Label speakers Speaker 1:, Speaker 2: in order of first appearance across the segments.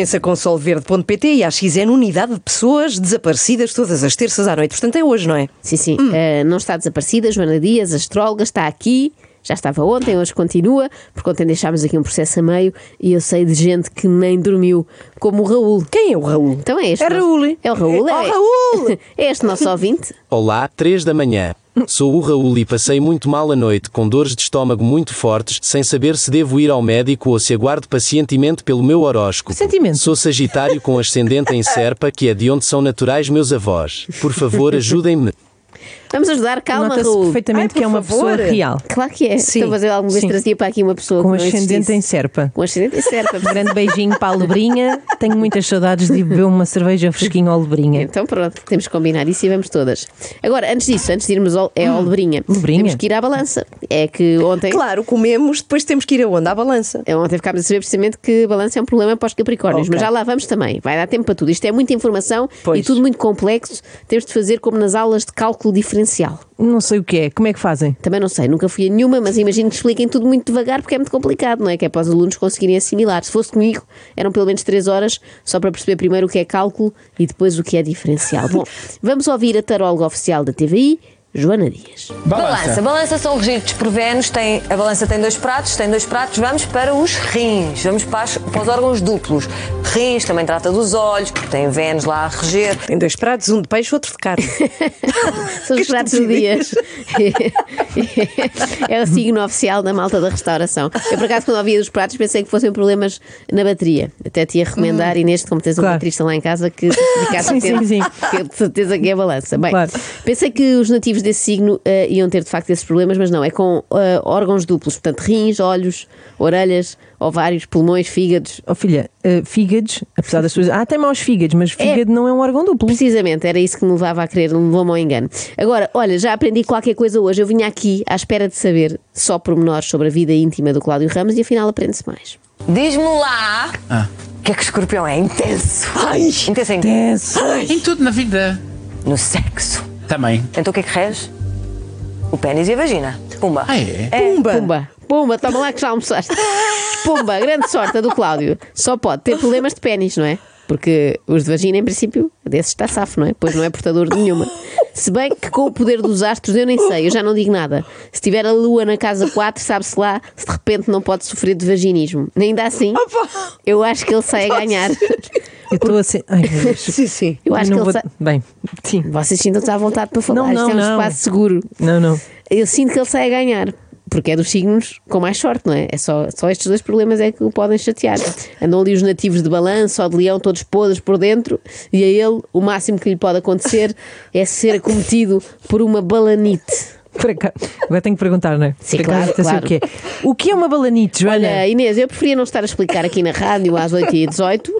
Speaker 1: renascença.solverde.pt e a XN Unidade de Pessoas Desaparecidas todas as terças à noite. Portanto, é hoje, não é?
Speaker 2: Sim, sim. Eh, não está desaparecida, Joana Dias, astróloga, está aqui. Já estava ontem, hoje continua, porque ontem deixámos aqui um processo a meio e eu sei de gente que nem dormiu, como o Raul.
Speaker 1: Quem é o Raul?
Speaker 2: Então é este.
Speaker 1: É
Speaker 2: nosso-
Speaker 1: Raul.
Speaker 2: É o Raul.
Speaker 1: É- Oh, Raul!
Speaker 2: é este nosso ouvinte.
Speaker 3: Olá, 3 da manhã. Sou o Raul e passei muito mal a noite, com dores de estômago muito fortes, sem saber se devo ir ao médico ou se aguardo pacientemente pelo meu horóscopo.
Speaker 1: Sentimento.
Speaker 3: Sou Sagitário com ascendente em Serpa, que é de onde são naturais meus avós. Por favor, ajudem-me.
Speaker 2: Vamos ajudar, calma,
Speaker 4: Nota-se
Speaker 2: Raul.
Speaker 4: perfeitamente
Speaker 1: Ai, por
Speaker 4: que é uma
Speaker 1: favor.
Speaker 4: pessoa real.
Speaker 2: Claro que é.
Speaker 1: Sim,
Speaker 2: Estou a fazer alguma vez
Speaker 4: sim.
Speaker 2: trazia para aqui uma pessoa
Speaker 4: Com
Speaker 2: que não
Speaker 4: ascendente
Speaker 2: existisse.
Speaker 4: em Serpa.
Speaker 2: Com ascendente em Serpa.
Speaker 4: Um grande beijinho para a Lebrinha. Tenho muitas saudades de ir beber uma cerveja fresquinha ao Lebrinha.
Speaker 2: Então pronto, temos que combinar isso e vamos todas. Agora, antes disso, antes de irmos ao,
Speaker 4: Hum.
Speaker 2: é ao Lebrinha,
Speaker 4: Lebrinha.
Speaker 2: temos que ir à balança. É que ontem,
Speaker 1: Claro, comemos, depois temos que ir aonde? À balança.
Speaker 2: É ontem ficámos a saber precisamente que balança é um problema para os Capricórnios,
Speaker 1: Ok.
Speaker 2: mas já lá vamos também. Vai dar tempo para tudo. Isto é muita informação e
Speaker 1: Pois.
Speaker 2: tudo muito complexo. Temos de fazer como nas aulas de cálculo diferencial.
Speaker 4: Não sei o que é. Como é que fazem?
Speaker 2: Também não sei, nunca fui a nenhuma, mas imagino que expliquem tudo muito devagar porque é muito complicado, não é? Que é para os alunos conseguirem assimilar. Se fosse comigo, eram pelo menos três horas só para perceber primeiro o que é cálculo e depois o que é diferencial. Bom, vamos ouvir a taróloga oficial da TVI, Joana Dias.
Speaker 5: Balança. Balança são regidos por Vênus. Tem, a balança tem dois pratos, tem dois pratos. Vamos para os rins. Vamos para, as- para os órgãos duplos. Rins também trata dos olhos, porque tem Vênus lá a reger.
Speaker 1: Tem dois pratos, um de peixe, outro de carne.
Speaker 2: São os
Speaker 1: Que
Speaker 2: pratos do Dias.
Speaker 1: estupidez.
Speaker 2: é o signo oficial da malta da restauração. Eu, por acaso, quando ouvia dos pratos, pensei que fossem problemas na bateria. Até te ia recomendar, Inês, como tens um
Speaker 4: Hum. Claro.
Speaker 2: baterista lá em casa, que ficasse
Speaker 4: Sim, sim,
Speaker 2: atento,
Speaker 4: sim.
Speaker 2: que eu de certeza que é balança. Bem,
Speaker 4: Claro.
Speaker 2: pensei que os nativos desse signo eh, iam ter, de facto, esses problemas, mas não. É com eh, órgãos duplos, portanto, rins, olhos, orelhas, ovários, pulmões, fígados.
Speaker 4: Oh filha, eh, fígados, apesar das pessoas. Ah, tem maus fígados, mas fígado não é um órgão duplo.
Speaker 2: Precisamente, era isso que me levava a crer, me levou-me ao engano. Agora, olha, já aprendi qualquer coisa hoje. Eu vinha aqui à espera de saber só pormenores sobre a vida íntima do Cláudio Ramos e afinal aprende-se mais.
Speaker 5: Diz-me lá
Speaker 6: Ah.
Speaker 5: que é que o escorpião é intenso. intenso em quê?
Speaker 4: Tenso.
Speaker 6: Em tudo na vida.
Speaker 5: No sexo.
Speaker 6: Também.
Speaker 5: Então o que é que rege? O pênis e a vagina. Pumba.
Speaker 6: Ah, é?
Speaker 1: Pumba!
Speaker 2: Pumba, pumba, toma lá que já almoçaste. Pumba, grande sorte a do Cláudio. Só pode ter problemas de pênis, não é? Porque os de vagina, em princípio, desse está safo, não é? Pois não é portador de nenhuma. Se bem que com o poder dos astros, eu nem sei, eu já não digo nada. Se tiver a lua na casa 4, sabe-se lá se de repente não pode sofrer de vaginismo. Ainda assim, eu acho que ele sai a ganhar.
Speaker 4: Eu estou assim. Ai, meu Deus.
Speaker 1: Sim, sim.
Speaker 2: Eu acho
Speaker 4: não
Speaker 2: que ele
Speaker 4: vou-
Speaker 2: sai.
Speaker 4: Bem, sim.
Speaker 2: Vocês sintam-se à vontade para falar,
Speaker 4: Não, não,
Speaker 2: isto é um
Speaker 4: não.
Speaker 2: espaço seguro.
Speaker 4: Não, não.
Speaker 2: eu sinto que ele sai a ganhar. Porque é dos signos com mais sorte, não é? É só, só estes dois problemas é que o podem chatear. Andam ali os nativos de balanço ou de leão, todos podres por dentro, e a ele o máximo que lhe pode acontecer é ser acometido por uma balanite.
Speaker 4: Por acaso- Agora tenho que perguntar, não é?
Speaker 2: Sim,
Speaker 4: Por
Speaker 2: claro,
Speaker 4: acaso, até sei
Speaker 2: claro.
Speaker 4: O, que é. o que é uma balanite, Joana?
Speaker 2: Olha, Ah, Inês, eu preferia não estar a explicar aqui na rádio às 8h18.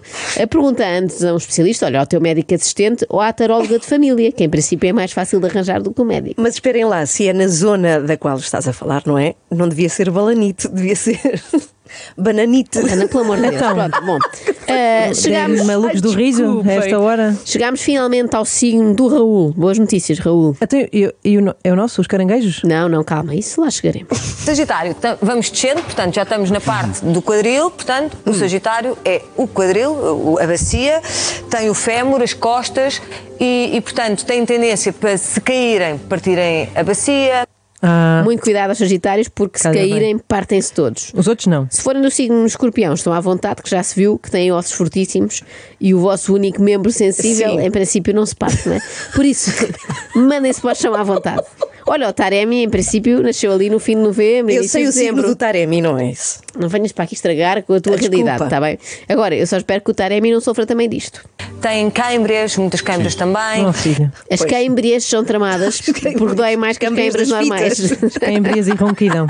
Speaker 2: A pergunta antes a um especialista, olha, ao teu médico assistente ou à taróloga de família, que em princípio é mais fácil de arranjar do que o médico.
Speaker 1: Mas esperem lá, se é na zona da qual estás a falar, não é? Não devia ser balanite, devia ser bananite.
Speaker 2: Ana, pelo amor de Deus.
Speaker 4: Então.
Speaker 2: Pronto, bom. Ah, chegámos.
Speaker 4: Tem malucos do riso a
Speaker 1: desculpem.
Speaker 4: esta hora.
Speaker 2: Chegámos finalmente ao signo do Raul. Boas notícias, Raul.
Speaker 4: Até, Então, eu, eu não- é o nosso, os caranguejos?
Speaker 2: Não, não, calma, isso lá chegaremos.
Speaker 5: Sagitário, tam- vamos descendo, portanto, já estamos na parte do quadril, portanto, o Sagitário é o quadril, o- a bacia, tem o fémur, as costas e, e, portanto, tem tendência para se caírem, partirem a bacia.
Speaker 4: Ah,
Speaker 2: Muito cuidado aos Sagitários, porque se
Speaker 4: Calha bem.
Speaker 2: caírem, partem-se todos.
Speaker 4: os outros não.
Speaker 2: Se forem do signo escorpião, estão à vontade, que já se viu que têm ossos fortíssimos e o vosso único membro sensível,
Speaker 1: Sim.
Speaker 2: em princípio, não se parte, não é? Por isso, mandem-se para o chão à vontade. Olha, o Taremi, em princípio, nasceu ali no fim de novembro.
Speaker 1: Eu
Speaker 2: início
Speaker 1: sei
Speaker 2: de
Speaker 1: o signo
Speaker 2: dezembro.
Speaker 1: do Taremi, não é isso?
Speaker 2: Não venhas para aqui estragar com a tua
Speaker 1: Ah, desculpa.
Speaker 2: realidade, está bem? Agora, eu só espero que o Taremi não sofra também disto.
Speaker 5: Tem câimbras, muitas câimbras também.
Speaker 4: Não, filha.
Speaker 2: As
Speaker 1: Pois.
Speaker 2: câimbreas são tramadas porque doem mais que as
Speaker 1: Câimbras
Speaker 2: câimbras
Speaker 1: das
Speaker 2: normais.
Speaker 1: fitas.
Speaker 4: Embrias É e ronquidão.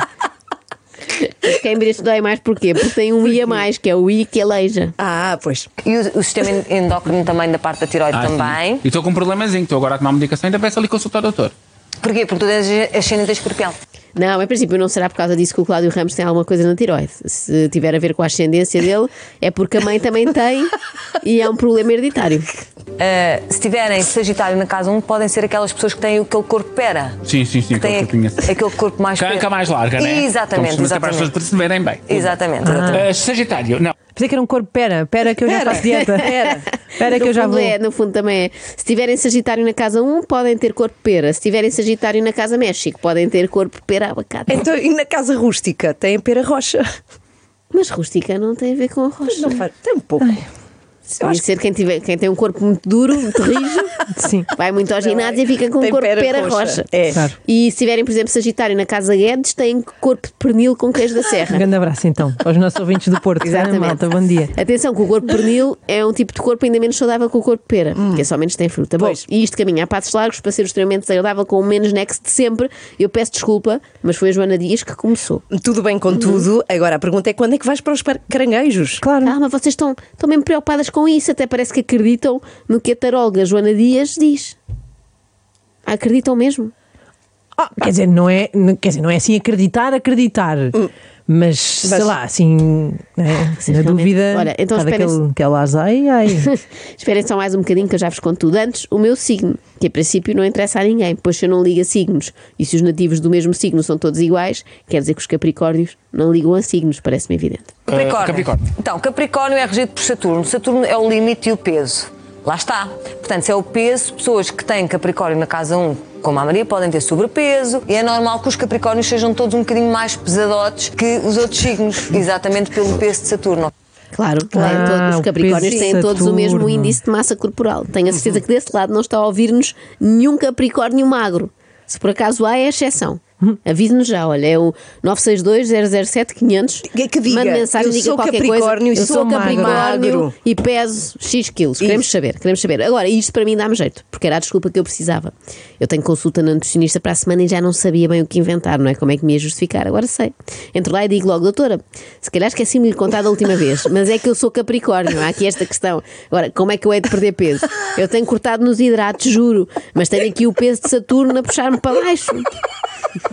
Speaker 2: As câimbras doem mais porquê? Porque tem um I a mais, que é o I que aleija.
Speaker 1: Ah, pois.
Speaker 5: E o, o sistema endócrino também da parte da tiroide
Speaker 6: Ah,
Speaker 5: também.
Speaker 6: sim. E estou com um problemazinho, estou agora a tomar medicação, ainda peço ali consultar o doutor.
Speaker 5: Porquê? Porque tu tens ascendente em escorpião.
Speaker 2: Não, em princípio não será por causa disso que o Cláudio Ramos tem alguma coisa na tiroide. Se tiver a ver com a ascendência dele, é porque a mãe também tem e é um problema hereditário.
Speaker 5: Eh, se tiverem Sagitário na casa 1, podem ser aquelas pessoas que têm aquele corpo pera.
Speaker 6: Sim, sim, sim,
Speaker 5: Que têm
Speaker 6: aquele
Speaker 5: aquele,
Speaker 6: corpinho assim.
Speaker 5: corpo mais pera.
Speaker 6: Canca mais larga, né?
Speaker 5: Exatamente,
Speaker 6: Como se para as pessoas
Speaker 5: exatamente.
Speaker 6: perceberem bem.
Speaker 5: Exatamente, exatamente.
Speaker 6: Ah, Sagitário, não.
Speaker 4: Pensei que era um corpo. Pera, pera que eu já
Speaker 1: Pera.
Speaker 4: faço dieta. Pera, pera que
Speaker 2: No
Speaker 4: eu já
Speaker 2: fundo
Speaker 4: vou.
Speaker 2: é- no fundo também é. Se tiverem Sagitário na casa 1, podem ter corpo pera. Se tiverem Sagitário na casa México, podem ter corpo pera abacate.
Speaker 1: Então, e na casa rústica tem a pera rocha?
Speaker 2: Mas rústica não tem a ver com a rocha.
Speaker 1: Não faz, tem um pouco. Eu
Speaker 2: Pode
Speaker 1: acho
Speaker 2: ser quem, tiver, quem tem um corpo muito duro, muito rijo,
Speaker 4: Sim.
Speaker 2: vai muito ao ginásio e fica com um
Speaker 1: Tem
Speaker 2: corpo
Speaker 1: pera
Speaker 2: pera,
Speaker 1: roxa.
Speaker 2: rocha.
Speaker 1: É.
Speaker 4: Claro.
Speaker 2: E se tiverem, por exemplo, Sagitário na Casa Guedes, têm corpo de pernil com queijo da
Speaker 4: Um
Speaker 2: serra.
Speaker 4: grande abraço então aos nossos ouvintes do Porto.
Speaker 2: Exatamente.
Speaker 4: Ana Malta, bom dia.
Speaker 2: Atenção, que o corpo de pernil é um tipo de corpo ainda menos saudável que o corpo de pera, que é só menos tem fruta. Bom,
Speaker 1: Hum. Pois.
Speaker 2: e isto caminha a passos largos para ser extremamente desagradável com o menos next de sempre. Eu peço desculpa, mas foi a Joana Dias que começou.
Speaker 1: que tudo bem com tudo. Agora a pergunta é quando é que vais para os par- caranguejos?
Speaker 4: Claro.
Speaker 2: Ah, mas vocês estão, estão mesmo preocupadas com isso, até parece que acreditam no que a taróloga Joana Dias diz. Acreditam mesmo?
Speaker 4: Ah, quer dizer, não é, não- quer dizer, não é assim acreditar, acreditar. Mas, sei lá, assim, né,
Speaker 2: Hum. Sim,
Speaker 4: na
Speaker 2: realmente.
Speaker 4: dúvida, tá
Speaker 2: Olha, então
Speaker 4: cada
Speaker 2: espera-se-
Speaker 4: aquele, aquele azar, ai, é ai.
Speaker 2: Esperem só mais um bocadinho que eu já vos conto tudo antes. O meu signo, que a princípio não interessa a ninguém, pois se eu não ligo a signos e se os nativos do mesmo signo são todos iguais, quer dizer que os Capricórnios não ligam a signos, parece-me evidente.
Speaker 5: Capricórnio.
Speaker 6: Ah, Capricórnio.
Speaker 5: Então, Capricórnio é regido por Saturno. Saturno é o limite e o peso. Lá está. Portanto, se é o peso, pessoas que têm Capricórnio na casa 1, como a Maria, podem ter sobrepeso. E é normal que os Capricórnios sejam todos um bocadinho mais pesadotes que os outros signos, exatamente pelo peso de Saturno.
Speaker 2: Claro,
Speaker 4: Ah,
Speaker 2: claro. todos
Speaker 4: o
Speaker 2: os Capricórnios
Speaker 4: peso de
Speaker 2: têm todos o mesmo
Speaker 4: Saturno.
Speaker 2: índice de massa corporal. Tenho a
Speaker 4: Uhum.
Speaker 2: certeza que desse lado não está a ouvir-nos nenhum Capricórnio magro. Se por acaso há, é exceção.
Speaker 4: Uhum.
Speaker 2: Avise-nos já, olha, é o 962-007-500.
Speaker 1: Que- que diga,
Speaker 2: Manda mensagem,
Speaker 1: eu
Speaker 2: diga
Speaker 1: sou
Speaker 2: qualquer
Speaker 1: Capricórnio e
Speaker 2: coisa. Eu
Speaker 1: sou
Speaker 2: sou
Speaker 1: magro.
Speaker 2: Capricórnio
Speaker 1: Magro.
Speaker 2: e peso X quilos. Queremos
Speaker 1: Isso.
Speaker 2: saber, queremos saber. Agora, isto para mim dá-me jeito, porque era a desculpa que eu precisava. Eu tenho consulta na nutricionista para a semana e já não sabia bem o que inventar, não é? Como é que me ia justificar? Agora sei. Entro lá e digo logo, doutora, se calhar esqueci-me de lhe contar da última vez, mas é que eu sou Capricórnio, há aqui esta questão. Agora, como é que eu hei de perder peso? Eu tenho cortado nos hidratos, juro, mas tenho aqui o peso de Saturno a puxar-me para baixo.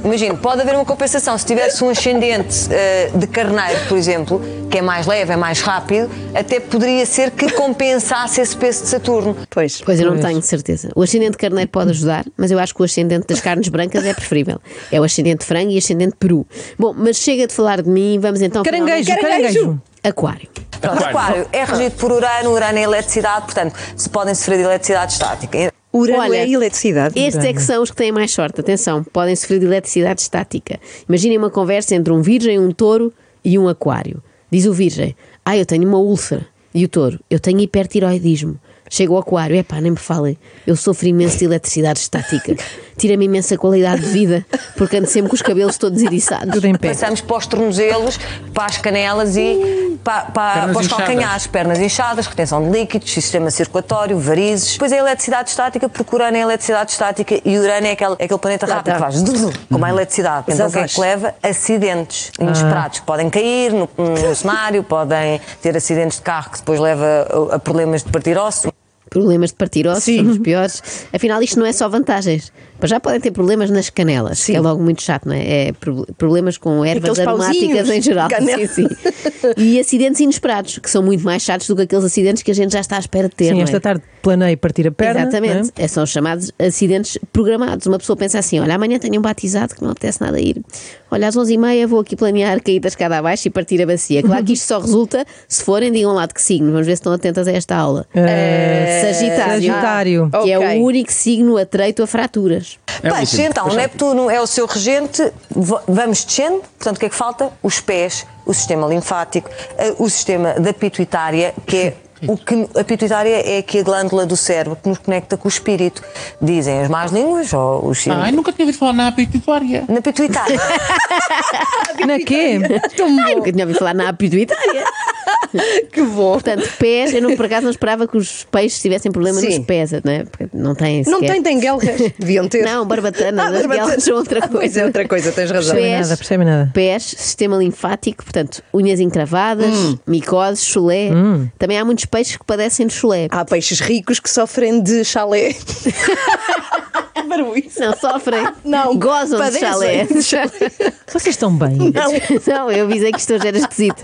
Speaker 5: Imagino, pode haver uma compensação. Se tivesse um ascendente eh, de carneiro, por exemplo, que é mais leve, é mais rápido, até poderia ser que compensasse esse peso de Saturno.
Speaker 1: Pois.
Speaker 2: Pois eu não
Speaker 4: Pois.
Speaker 2: tenho certeza. O ascendente de carneiro pode ajudar, mas eu acho que o ascendente das carnes brancas é preferível. É o ascendente de frango e ascendente de peru. Bom, mas chega de falar de mim, vamos então.
Speaker 4: Caranguejo,
Speaker 2: finalmente-
Speaker 4: caranguejo.
Speaker 2: Aquário.
Speaker 5: Pronto,
Speaker 6: Aquário.
Speaker 5: aquário é regido por Urano, Urano é eletricidade, portanto, se podem sofrer de eletricidade estática.
Speaker 1: Urano
Speaker 2: Olha,
Speaker 1: é eletricidade.
Speaker 2: Estes é que são os que têm mais sorte. Atenção, podem sofrer de eletricidade estática. Imaginem uma conversa entre um virgem, um touro e um aquário. Diz o virgem: Ah, eu tenho uma úlcera. E o touro: Eu tenho hipertiroidismo. Chega o aquário: É pá, nem me falem. Eu sofro imenso de eletricidade estática. Tira-me imensa qualidade de vida, porque ando sempre com os cabelos todos eriçados.
Speaker 4: Tudo em pé.
Speaker 5: Passamos para os tornozelos, para as canelas e pa- pa-
Speaker 6: Pernas
Speaker 5: para os
Speaker 6: inchadas.
Speaker 5: calcanhares, pernas inchadas, retenção de líquidos, sistema circulatório, varizes. Depois a eletricidade estática, porque Urano é eletricidade estática e Urano é aquele, é aquele planeta rápido que faz zum, zum, como
Speaker 6: Uhum.
Speaker 5: a eletricidade. Então o que é
Speaker 1: Zazás.
Speaker 5: que leva? Acidentes
Speaker 6: Ah.
Speaker 5: inesperados. Podem cair no, no cenário, podem ter acidentes de carro que depois leva a, a problemas de partir ósseo.
Speaker 2: Problemas de partir ossos são os piores. Afinal, isto não é só vantagens. Mas já podem ter problemas nas canelas, que é logo muito chato, não é? é pro- problemas com ervas
Speaker 1: Aqueles
Speaker 2: aromáticas
Speaker 1: pauzinhos
Speaker 2: em geral.
Speaker 1: de canela.
Speaker 2: Sim, sim. E acidentes inesperados, que são muito mais chatos do que aqueles acidentes que a gente já está à espera de ter.
Speaker 4: Sim,
Speaker 2: não é?
Speaker 4: esta tarde planei partir a perna.
Speaker 2: Exatamente. É, São os chamados acidentes programados. Uma pessoa pensa assim: olha, amanhã tenho um batizado que não apetece nada ir. Olha, às 11h30 vou aqui planear cair da escada abaixo e partir a bacia. Claro que isto só resulta se forem, digam lá de que signo. Vamos ver se estão atentas a esta aula. Eh,
Speaker 4: É,
Speaker 2: Sagitário.
Speaker 4: Sagitário.
Speaker 2: Que é
Speaker 1: Ok.
Speaker 2: o único signo atreito a fraturas.
Speaker 6: É o
Speaker 5: Peixe,
Speaker 6: último.
Speaker 5: então,
Speaker 6: Pois é.
Speaker 5: Neptuno é o seu regente, v- vamos descendo, portanto, o que é que falta? Os pés, o sistema linfático, eh, o sistema da pituitária, que é. O que, a pituitária é aqui a glândula do cérebro que nos conecta com o espírito. Dizem as más línguas ou os
Speaker 6: Ai,
Speaker 5: cientistas.
Speaker 6: nunca tinha ouvido falar na pituitária.
Speaker 5: Na pituitária.
Speaker 4: não é? Na quê?
Speaker 2: Ai, nunca tinha ouvido falar na pituitária.
Speaker 1: Então que bom.
Speaker 2: Portanto, pés, eu não, por acaso não esperava que os peixes tivessem problema
Speaker 1: Sim.
Speaker 2: nos pés, não é? Porque não têm
Speaker 1: Não
Speaker 2: sequer-
Speaker 1: tem denguelgas. Deviam ter.
Speaker 2: Não, barbatanas.
Speaker 1: Ah,
Speaker 2: as
Speaker 1: barbatanas.
Speaker 2: bielas são outra coisa.
Speaker 1: Pois é, outra coisa, tens razão.
Speaker 4: Percebem nada, percebem nada.
Speaker 2: Pés, sistema linfático, portanto, unhas encravadas,
Speaker 1: Hum.
Speaker 2: micoses, chulé.
Speaker 4: Hum.
Speaker 2: Também há muitos peixes que padecem de chulé.
Speaker 1: Há peixes ricos que sofrem de chalé. barbuíça.
Speaker 2: Não sofrem.
Speaker 1: Ah, Não.
Speaker 2: Gozam de chalé.
Speaker 1: Padecem.
Speaker 4: Vocês estão bem.
Speaker 1: Não.
Speaker 2: Não, eu avisei que isto hoje era esquisito.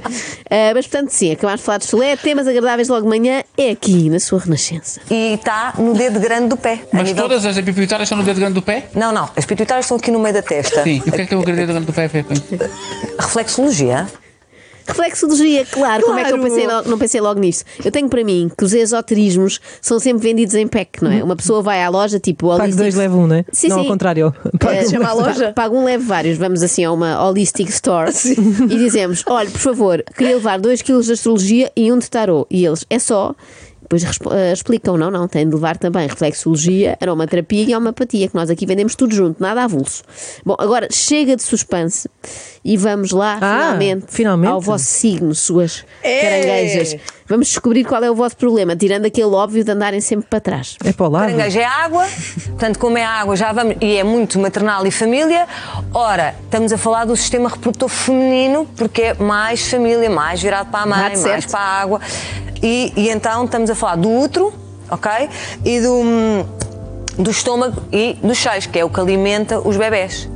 Speaker 2: Ah, mas portanto, sim, acabámos de falar de chulé, temas agradáveis logo de manhã, é aqui na sua Renascença.
Speaker 5: E está no dedo grande do pé. a
Speaker 6: Mas
Speaker 5: nível-
Speaker 6: todas as pituitárias estão no dedo grande do pé?
Speaker 5: Não, não. As pituitárias estão aqui no meio da testa.
Speaker 6: Sim. E o que é que eu acredito dedo grande do pé? Fê?
Speaker 5: Reflexologia.
Speaker 2: Reflexologia, claro, como é que eu
Speaker 1: Claro.
Speaker 2: pensei lo- não pensei logo nisso? Eu tenho para mim que os esoterismos são sempre vendidos em pack, não é? Uma pessoa vai à loja, tipo,
Speaker 4: Pago
Speaker 2: Holistic-
Speaker 4: dois, leva um, não é?
Speaker 2: Sim,
Speaker 4: não, ao
Speaker 2: sim.
Speaker 4: contrário. Pago
Speaker 2: Eh,
Speaker 4: um.
Speaker 1: chama à loja?
Speaker 2: pa- Paga um, leve vários. Vamos assim a uma holistic store e dizemos: olha, por favor, queria levar 2kg de astrologia e um de tarô. E eles, é só. Depois respo- eh, explicam: não, não, tem de levar também reflexologia, aromaterapia e homeopatia, que nós aqui vendemos tudo junto, nada avulso. Bom, agora chega de suspense e vamos lá,
Speaker 4: Ah,
Speaker 2: finalmente,
Speaker 4: finalmente. É!
Speaker 2: ao vosso signo, suas caranguejas. Vamos descobrir qual é o vosso problema, tirando aquele óbvio de andarem sempre para trás.
Speaker 4: É para o lado.
Speaker 5: Caranguejo é água, portanto, como é água, já vamos. E é muito maternal e família. Ora, estamos a falar do sistema reprodutor feminino, porque é mais família, mais virado para a mãe,
Speaker 2: Dá-te
Speaker 5: mais
Speaker 2: certo.
Speaker 5: para a água. E, e então estamos a falar do útero, ok? E do, hum, do estômago e dos cheios, que é o que alimenta os bebés.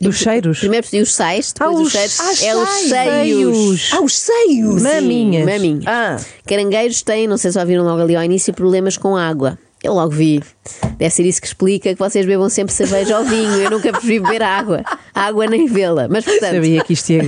Speaker 4: Dos cheiros.
Speaker 2: Primeiro pedi os sais, depois
Speaker 4: Ah,
Speaker 2: os
Speaker 4: os
Speaker 2: cheiros.
Speaker 4: sais.
Speaker 2: é os
Speaker 4: Seios.
Speaker 2: seios.
Speaker 1: Ah, os seios.
Speaker 4: Maminhas.
Speaker 2: Maminhas.
Speaker 1: Ah.
Speaker 2: Caranguejos têm, não sei se ouviram logo ali ao início, problemas com água. Eu logo vi. Deve ser isso que explica que vocês bebam sempre cerveja ou vinho. Eu nunca preferi beber água. Água nem vê-la. Mas portanto.
Speaker 4: Sabia que isto ia.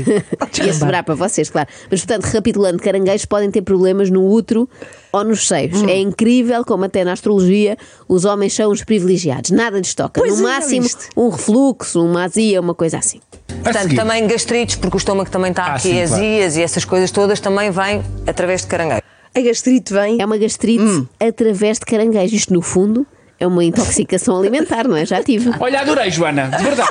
Speaker 2: Ia sobrar para vocês, claro. Mas, portanto, recapitulando, caranguejos podem ter problemas no útero ou nos seios.
Speaker 4: Hum.
Speaker 2: É incrível como, até na astrologia, os homens são os privilegiados. Nada lhes toca.
Speaker 4: Pois
Speaker 2: no
Speaker 4: é, já
Speaker 2: máximo,
Speaker 4: viste.
Speaker 2: um refluxo, uma azia, uma coisa assim.
Speaker 6: A
Speaker 5: Portanto,
Speaker 6: seguir.
Speaker 5: também gastrites, porque o estômago também está
Speaker 6: Ah,
Speaker 5: aqui,
Speaker 6: sim,
Speaker 5: as
Speaker 6: claro.
Speaker 5: ias e essas coisas todas também vêm através de caranguejo.
Speaker 1: A gastrite vem.
Speaker 2: É uma gastrite através de caranguejo. Isto, no fundo, é uma intoxicação alimentar, não é? Já tive.
Speaker 6: Olha, adorei, Joana, de verdade.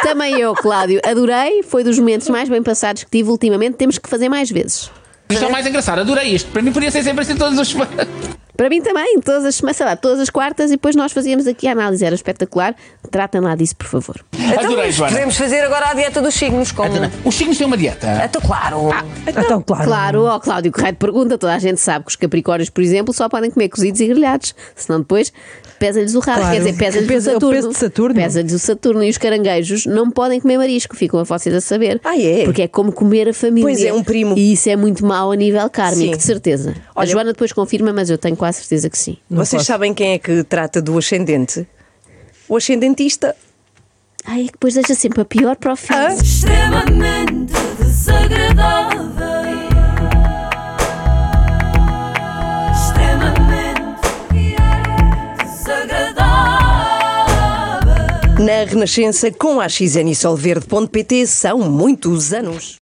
Speaker 2: Também eu, Cláudio. Adorei. Foi dos momentos mais bem passados que tive ultimamente. Temos que fazer mais vezes.
Speaker 6: Isto é o mais engraçado, adorei isto. Para mim podia ser sempre assim todas as semanas.
Speaker 2: Para mim também, todas as semanas, sei lá, todas as quartas, e depois nós fazíamos aqui a análise, era espetacular. Tratem lá disso, por favor.
Speaker 5: Então,
Speaker 6: Adorei,
Speaker 5: mas
Speaker 6: Joana.
Speaker 5: podemos fazer agora a dieta dos signos, como.
Speaker 6: Os signos têm uma dieta.
Speaker 5: Então, claro.
Speaker 6: Ah,
Speaker 4: Então, claro.
Speaker 2: Claro, ó Cláudio Correio de pergunta, toda a gente sabe que os Capricórnios, por exemplo, só podem comer cozidos e grelhados, senão depois pesa-lhes o rabo,
Speaker 4: Claro.
Speaker 2: quer dizer, pesa-lhes
Speaker 4: Pesa-
Speaker 2: o
Speaker 4: é o
Speaker 2: Saturno.
Speaker 4: peso de Saturno.
Speaker 2: Pesa-lhes o Saturno e os caranguejos não podem comer marisco, ficam a vocês a saber.
Speaker 1: Ah, é?
Speaker 2: Porque é como comer a família.
Speaker 1: Pois é, um primo.
Speaker 2: E isso é muito mau a nível kármico,
Speaker 1: Sim.
Speaker 2: de certeza.
Speaker 1: Olha,
Speaker 2: a Joana depois confirma, mas eu tenho quase certeza que sim.
Speaker 4: Não
Speaker 1: Vocês
Speaker 4: posso.
Speaker 1: sabem quem é que trata do ascendente? O ascendentista.
Speaker 2: Ai, é que depois deixa sempre a pior para o fim.
Speaker 1: Ah?
Speaker 7: extremamente desagradável. Extremamente desagradável.
Speaker 1: Na Renascença, com a xnisolverde.pt, são muitos anos.